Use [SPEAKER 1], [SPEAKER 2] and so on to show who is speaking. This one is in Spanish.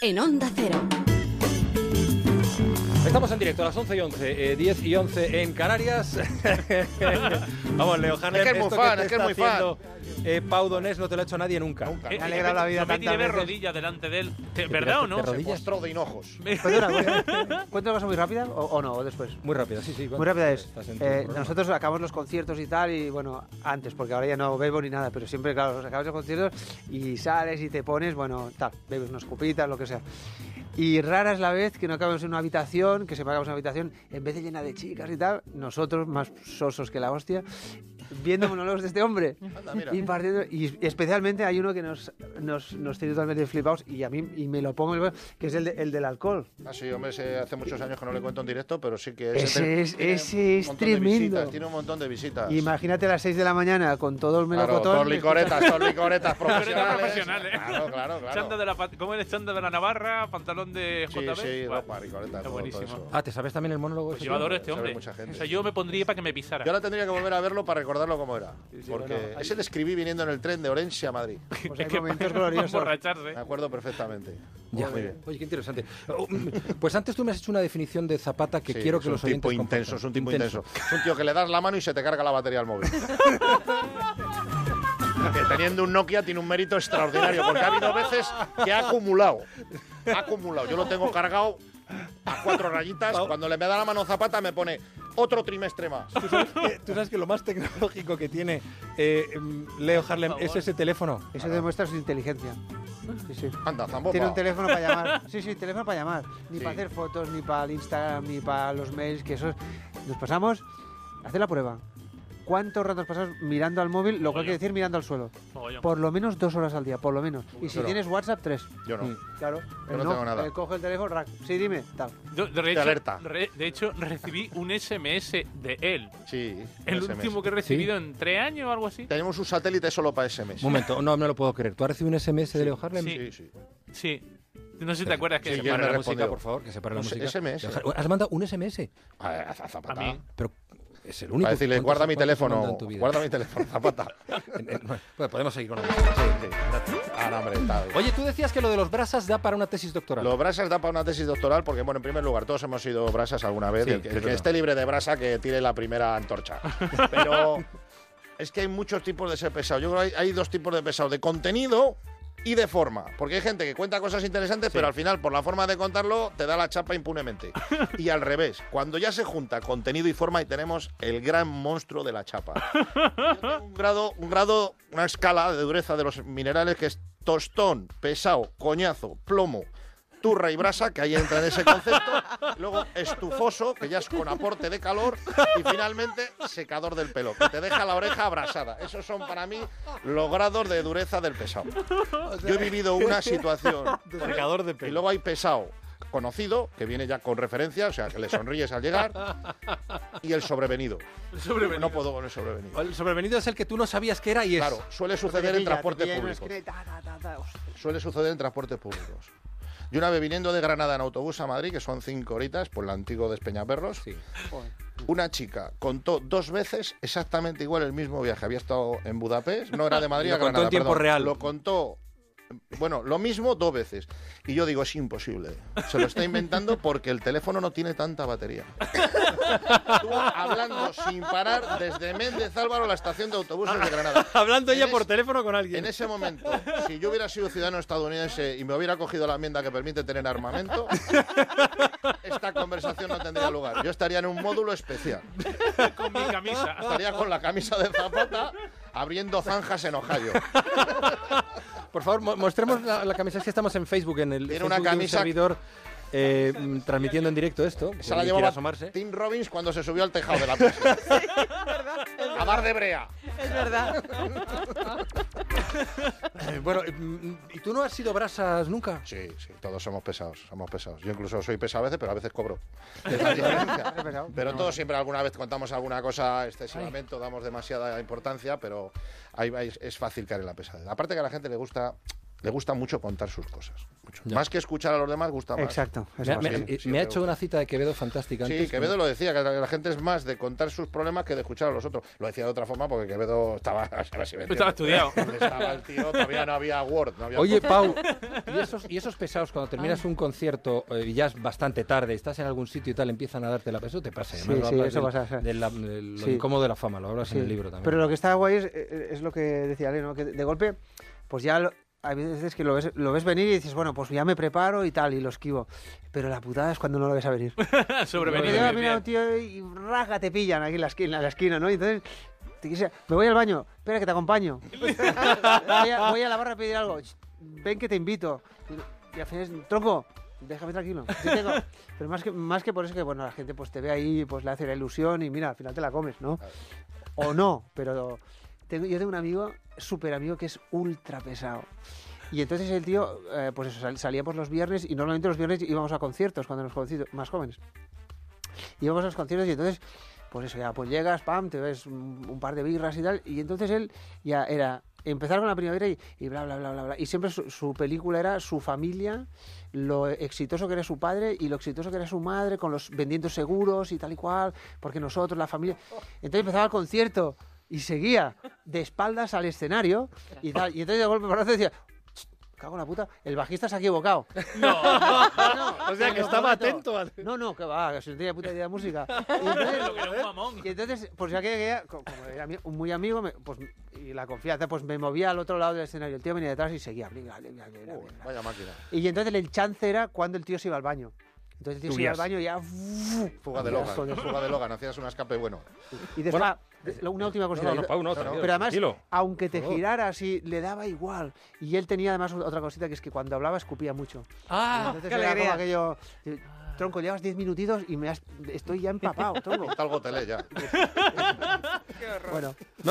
[SPEAKER 1] en Onda Cero.
[SPEAKER 2] Estamos en directo a las 11 y 11, eh, 10 y 11 en Canarias. Vamos, Leo Hanner,
[SPEAKER 3] Es que es muy
[SPEAKER 2] esto
[SPEAKER 3] fan,
[SPEAKER 2] te
[SPEAKER 3] es que es muy
[SPEAKER 2] está haciendo, eh, Pau Donés no te lo ha hecho nadie nunca.
[SPEAKER 4] Eh,
[SPEAKER 3] Nunca.
[SPEAKER 5] Me ha alegrado la vida
[SPEAKER 4] Tomé
[SPEAKER 5] tantas
[SPEAKER 4] tiré de
[SPEAKER 5] veces.
[SPEAKER 4] rodillas delante de él. Te- ¿Verdad o no?
[SPEAKER 2] ¿Te rodillas?
[SPEAKER 3] Postró de hinojos.
[SPEAKER 5] Cuento una cosa, cuento una cosa muy rápida o, o no, o después.
[SPEAKER 2] Muy rápida, sí, sí. va.
[SPEAKER 5] Muy rápida es,
[SPEAKER 2] Estás en tu
[SPEAKER 5] eh,
[SPEAKER 2] programa.
[SPEAKER 5] nosotros acabamos los conciertos y tal, y bueno, antes, porque ahora ya no bebo ni nada, pero siempre, claro, los acabas los conciertos y sales y te pones, bueno, tal, bebes unas copitas, lo que sea. Y rara es la vez que no acabamos en una habitación, que se en una habitación, en vez de llena de chicas y tal, nosotros, más sosos que la hostia, viendo monólogos de este hombre.
[SPEAKER 3] Anda, Ah, mira.
[SPEAKER 5] Y, partiendo- y especialmente hay uno que nos, nos, nos tiene totalmente flipados y a mí y me lo pongo, en el- que es el, de- el del alcohol.
[SPEAKER 3] Ah, sí, hombre, ese hace muchos años que no le cuento en directo, pero sí que
[SPEAKER 5] Ese
[SPEAKER 3] te-
[SPEAKER 5] es-
[SPEAKER 3] tiene
[SPEAKER 5] ese
[SPEAKER 3] un
[SPEAKER 5] es
[SPEAKER 3] montón de
[SPEAKER 5] tremendo.
[SPEAKER 3] visitas, tiene un montón de visitas.
[SPEAKER 5] Imagínate a las 6 de la mañana con todo el
[SPEAKER 3] Ah, Claro,
[SPEAKER 5] melocotón. pues,
[SPEAKER 3] son licoretas, son licoretas profesionales.
[SPEAKER 4] Profesionales.
[SPEAKER 5] ¿eh?
[SPEAKER 4] profesionales.
[SPEAKER 3] Claro, claro, claro.
[SPEAKER 4] Chanda de la, pat- ¿Cómo eres? Chanda de la Navarra, pantalón de
[SPEAKER 3] Sí,
[SPEAKER 4] JB.
[SPEAKER 3] sí,
[SPEAKER 4] Guau.
[SPEAKER 3] ropa, licoreta,
[SPEAKER 4] Está
[SPEAKER 3] todo,
[SPEAKER 4] buenísimo.
[SPEAKER 3] todo eso.
[SPEAKER 2] Ah, ¿te sabes también el monólogo?
[SPEAKER 4] Pues
[SPEAKER 2] ese?
[SPEAKER 4] yo adoro este
[SPEAKER 3] sabe
[SPEAKER 4] hombre.
[SPEAKER 3] mucha gente.
[SPEAKER 4] O sea, yo me pondría para que me pisara.
[SPEAKER 3] Yo ahora tendría que volver a verlo para recordarlo como era.
[SPEAKER 5] sí,
[SPEAKER 3] porque
[SPEAKER 5] bueno, ahí-
[SPEAKER 3] ese le escribí viniendo en el tren de Orense a Madrid.
[SPEAKER 5] Pues
[SPEAKER 4] Es
[SPEAKER 5] hay
[SPEAKER 4] que
[SPEAKER 5] momentos
[SPEAKER 4] para- para
[SPEAKER 5] gloriosos.
[SPEAKER 4] emborracharse.
[SPEAKER 3] Me acuerdo perfectamente.
[SPEAKER 2] Ya.
[SPEAKER 3] Muy bien.
[SPEAKER 2] Oye, qué interesante. Oh, mm, Pues antes tú me has hecho una definición de Zapata que
[SPEAKER 3] Sí,
[SPEAKER 2] quiero que los
[SPEAKER 3] Es un tipo
[SPEAKER 2] oyentes compartan.
[SPEAKER 3] intenso, es un tipo intenso. Es un tío que le das la mano y se te carga la batería al móvil. que teniendo un Nokia tiene un mérito extraordinario, porque ha habido veces que ha acumulado. Ha acumulado. Yo lo tengo cargado a cuatro rayitas. Cuando le me da la mano Zapata me pone otro trimestre más.
[SPEAKER 2] ¿Tú sabes, que, tú sabes que lo más tecnológico que tiene eh, mm, Leo Harlem es ese teléfono.
[SPEAKER 5] Eso demuestra su inteligencia. Sí, sí.
[SPEAKER 3] Anda, zambopa.
[SPEAKER 5] Tiene un teléfono para llamar. Sí, sí, teléfono para llamar. Ni
[SPEAKER 3] Sí.
[SPEAKER 5] para hacer fotos, ni para el Instagram, ni para los mails, que eso es- Nos pasamos. Hacer la prueba. ¿Cuántos ratos pasas mirando al móvil? Lo cual quiere decir mirando al suelo.
[SPEAKER 4] Mogollón.
[SPEAKER 5] Por lo menos dos horas al día, por lo menos. Y si
[SPEAKER 3] Pero-
[SPEAKER 5] tienes WhatsApp, tres.
[SPEAKER 3] Yo no.
[SPEAKER 2] Mm.
[SPEAKER 5] Claro.
[SPEAKER 3] Yo
[SPEAKER 5] él
[SPEAKER 3] no tengo nada.
[SPEAKER 5] él coge el teléfono, rack. Sí, dime. Tal.
[SPEAKER 4] Yo, de,
[SPEAKER 3] Te
[SPEAKER 4] hecho,
[SPEAKER 3] alerta.
[SPEAKER 4] re- de hecho, recibí un SMS de él.
[SPEAKER 3] Sí.
[SPEAKER 4] El
[SPEAKER 3] SMS.
[SPEAKER 4] último que he recibido en tres años o algo así.
[SPEAKER 3] Tenemos un satélite solo para SMS.
[SPEAKER 2] Un momento, no me lo puedo creer. ¿Tú has recibido un SMS de Leo Harlem?
[SPEAKER 4] Sí.
[SPEAKER 3] Sí, sí.
[SPEAKER 4] Sí. No sé si te acuerdas que
[SPEAKER 3] Sí,
[SPEAKER 4] se
[SPEAKER 2] Para
[SPEAKER 3] yo
[SPEAKER 4] paró
[SPEAKER 3] me
[SPEAKER 2] la
[SPEAKER 4] la
[SPEAKER 3] respondió.
[SPEAKER 2] música, por favor, que se pare la
[SPEAKER 3] Un
[SPEAKER 2] música.
[SPEAKER 3] SMS.
[SPEAKER 2] Has mandado un SMS,
[SPEAKER 3] A, a- a Zapata.
[SPEAKER 4] A mí.
[SPEAKER 2] pero es el único.
[SPEAKER 3] Para decirle,
[SPEAKER 2] ¿Cuántos-
[SPEAKER 3] guarda
[SPEAKER 2] cuántos
[SPEAKER 3] mi
[SPEAKER 2] se
[SPEAKER 3] teléfono,
[SPEAKER 2] mandan en tu vida?
[SPEAKER 3] guarda mi teléfono, Zapata.
[SPEAKER 2] En- en- bueno, pues podemos seguir con la música.
[SPEAKER 3] Sí, sí. Ah, no, hombre, está bien.
[SPEAKER 2] Oye, tú decías que lo de los brasas da para una tesis doctoral.
[SPEAKER 3] Los brasas dan para una tesis doctoral porque, bueno, en primer lugar, todos hemos sido brasas alguna vez.
[SPEAKER 2] Sí,
[SPEAKER 3] el que,
[SPEAKER 2] es
[SPEAKER 3] el que
[SPEAKER 2] verdad.
[SPEAKER 3] esté libre de brasa que tire la primera antorcha. Pero es que hay muchos tipos de ser pesado. Yo creo que hay, hay dos tipos de pesado, de contenido y de forma. Porque hay gente que cuenta cosas interesantes, pero al final, por la forma de contarlo, te da la chapa impunemente. Y al revés, cuando ya se junta contenido y forma, y tenemos el gran monstruo de la chapa. Yo tengo un grado, un grado, una escala de dureza de los minerales que es tostón, pesado, coñazo, plomo, turra y brasa, que ahí entra en ese concepto. Luego estufoso, que ya es con aporte de calor. Y finalmente secador del pelo, que te deja la oreja abrasada. Esos son para mí los grados de dureza del pesado. Yo he vivido una situación.
[SPEAKER 2] Secador de pelo.
[SPEAKER 3] Y luego hay pesado conocido, que viene ya con referencia, o sea, que le sonríes al llegar. Y el sobrevenido. No puedo con el sobrevenido.
[SPEAKER 2] El sobrevenido es el que tú no sabías que era y es.
[SPEAKER 3] Claro, suele suceder en transportes públicos. Suele suceder en transportes públicos. Yo una vez viniendo de Granada en autobús a Madrid, que son cinco horitas por el antiguo Despeñaperros,
[SPEAKER 2] Sí.
[SPEAKER 3] una chica contó dos veces exactamente igual el mismo viaje. Había estado en Budapest, no era de Madrid
[SPEAKER 2] Lo
[SPEAKER 3] a Granada.
[SPEAKER 2] contó en tiempo
[SPEAKER 3] perdón.
[SPEAKER 2] real.
[SPEAKER 3] Lo contó, bueno, lo mismo dos veces. Y yo digo, es imposible. Se lo está inventando porque el teléfono no tiene tanta batería. Estuvo hablando sin parar desde Méndez Álvaro a la estación de autobuses de Granada.
[SPEAKER 2] Hablando
[SPEAKER 3] ella por
[SPEAKER 2] teléfono con
[SPEAKER 3] En
[SPEAKER 2] alguien.
[SPEAKER 3] ese momento, si yo hubiera sido ciudadano estadounidense y me hubiera cogido la enmienda que permite tener armamento, esta conversación no tendría lugar. Yo estaría en un módulo especial.
[SPEAKER 4] con mi camisa.
[SPEAKER 3] Estaría con la camisa de Zapata abriendo zanjas en Ohio.
[SPEAKER 2] Por favor, mo- mostremos la, la camisa. Es que estamos en Facebook, en el
[SPEAKER 3] Tiene
[SPEAKER 2] Facebook
[SPEAKER 3] una
[SPEAKER 2] de un
[SPEAKER 3] camisa-
[SPEAKER 2] servidor eh, mm, transmitiendo en directo esto.
[SPEAKER 3] Esa
[SPEAKER 2] Quien
[SPEAKER 3] la
[SPEAKER 2] quiera
[SPEAKER 3] llevaba
[SPEAKER 2] asomarse.
[SPEAKER 3] Tim Robbins cuando se subió al tejado de la prisión. A dar de brea.
[SPEAKER 6] Es verdad.
[SPEAKER 2] Eh, Bueno, eh, mm, ¿y tú no has sido brasas nunca?
[SPEAKER 3] Sí, sí, todos somos pesados, somos pesados. Yo incluso soy pesado a veces, pero a veces cobro. Es la diferencia.
[SPEAKER 5] pesado.
[SPEAKER 3] Pero todos siempre alguna vez contamos alguna cosa excesivamente, o damos demasiada importancia, pero ahí va, es, es fácil caer en la pesadez. Aparte que a la gente le gusta le gusta mucho contar sus cosas. Mucho.
[SPEAKER 2] Ya.
[SPEAKER 3] Más que escuchar a los demás, gusta más.
[SPEAKER 5] Exacto.
[SPEAKER 2] Me,
[SPEAKER 5] Eso
[SPEAKER 2] me-
[SPEAKER 5] pasa.
[SPEAKER 3] sí,
[SPEAKER 2] eh,
[SPEAKER 3] sí,
[SPEAKER 2] me ha
[SPEAKER 3] creo
[SPEAKER 2] hecho
[SPEAKER 3] que-
[SPEAKER 2] una cita de Quevedo fantástica
[SPEAKER 3] Sí,
[SPEAKER 2] antes.
[SPEAKER 3] Quevedo lo decía, que la, la gente es más de contar sus problemas que de escuchar a los otros. Lo decía de otra forma porque Quevedo estaba... a ver si me
[SPEAKER 4] Estaba
[SPEAKER 3] entiendes.
[SPEAKER 4] estudiado.
[SPEAKER 3] Estaba el tío, todavía no había Word. No había
[SPEAKER 2] Oye, Pau, ¿y esos, y esos pesados cuando terminas un concierto eh, y ya es bastante tarde, estás en algún sitio y tal, empiezan a darte la... Eso te pasa.
[SPEAKER 5] Sí,
[SPEAKER 2] además, lo
[SPEAKER 5] sí,
[SPEAKER 2] hablas
[SPEAKER 5] eso
[SPEAKER 2] del-
[SPEAKER 5] pasa, sí.
[SPEAKER 2] del la- del- lo
[SPEAKER 5] Sí.
[SPEAKER 2] incómodo de la fama, lo hablas en
[SPEAKER 5] Sí.
[SPEAKER 2] el libro también.
[SPEAKER 5] Pero lo que está guay es, eh, es lo que decía Ale, ¿no? Que de golpe, pues ya lo- hay veces que lo ves, lo ves venir y dices, bueno, pues ya me preparo y tal, y lo esquivo. Pero la putada es cuando no lo ves a venir.
[SPEAKER 4] Sobrevenido.
[SPEAKER 5] Porque llega,
[SPEAKER 4] bien,
[SPEAKER 5] mira, un
[SPEAKER 4] Ah, bien.
[SPEAKER 5] tío y raja, te pillan aquí en la esquina, en la esquina ¿no? Y entonces, te quise- me voy al baño, espera que te acompaño. voy, a, voy a la barra a pedir algo, Ch, ven que te invito. Y, y al final, tronco, déjame tranquilo. sí tengo". Pero más que, más que por eso que, bueno, la gente pues te ve ahí, pues le hace la ilusión y mira, al final te la comes, ¿no? O no, pero tengo, yo tengo un amigo, súper amigo, que es ultra pesado. Y entonces el tío, eh, pues eso, sal- salíamos los viernes y normalmente los viernes íbamos a conciertos cuando éramos jovencito- más jóvenes íbamos a los conciertos y entonces, pues eso, ya, pues llegas, pam, te ves un, un par de birras y tal, y entonces él ya era empezar con la primavera y, y bla, bla, bla, bla, bla. Y siempre su, su película era su familia, lo exitoso que era su padre y lo exitoso que era su madre, con los vendiendo seguros y tal y cual, porque nosotros, la familia... Entonces empezaba el concierto y seguía de espaldas al escenario y tal, y entonces de golpe para decía... "Ch, Cago en la puta, el bajista se ha equivocado. No, no,
[SPEAKER 2] O sea,
[SPEAKER 5] te
[SPEAKER 2] que
[SPEAKER 5] lo
[SPEAKER 2] estaba atento
[SPEAKER 5] prometo.
[SPEAKER 2] a-
[SPEAKER 5] No, no, que va, que no tenía puta idea de música. Y entonces,
[SPEAKER 4] Lo que era un mamón.
[SPEAKER 5] y entonces, pues ya que ya- co- como era mi- un muy amigo, me- pues, y la confianza, pues me movía al otro lado del escenario. El tío venía detrás y seguía. bla, bla, bla, bla, bla,
[SPEAKER 3] Uy,
[SPEAKER 5] bla.
[SPEAKER 3] vaya máquina.
[SPEAKER 5] Y entonces el chance era cuando el tío se iba al baño. Entonces el tío se iba al
[SPEAKER 4] Huías.
[SPEAKER 5] baño y ya... ¡fuu!
[SPEAKER 3] Fuga de
[SPEAKER 5] Ya
[SPEAKER 3] Logan.
[SPEAKER 5] con eso.
[SPEAKER 3] Fuga de Logan. Hacías un escape bueno.
[SPEAKER 5] Y después, ah, lo- una última cosita.
[SPEAKER 2] eh, No, no, no, Pau, no,
[SPEAKER 3] No, no,
[SPEAKER 2] tranquilo,
[SPEAKER 5] Pero además,
[SPEAKER 2] tranquilo.
[SPEAKER 5] aunque te
[SPEAKER 2] Por favor.
[SPEAKER 5] girara así, le daba igual. Y él tenía además otra cosita, que es que cuando hablaba escupía mucho.
[SPEAKER 4] Ah,
[SPEAKER 5] Entonces
[SPEAKER 1] qué
[SPEAKER 5] era como
[SPEAKER 1] alegría.
[SPEAKER 5] aquello... eh, Tronco, llevas 10 minutitos y me has- estoy ya empapado, tronco.
[SPEAKER 3] Tal gotelé ya.
[SPEAKER 1] Qué horror.
[SPEAKER 5] Bueno,
[SPEAKER 2] No,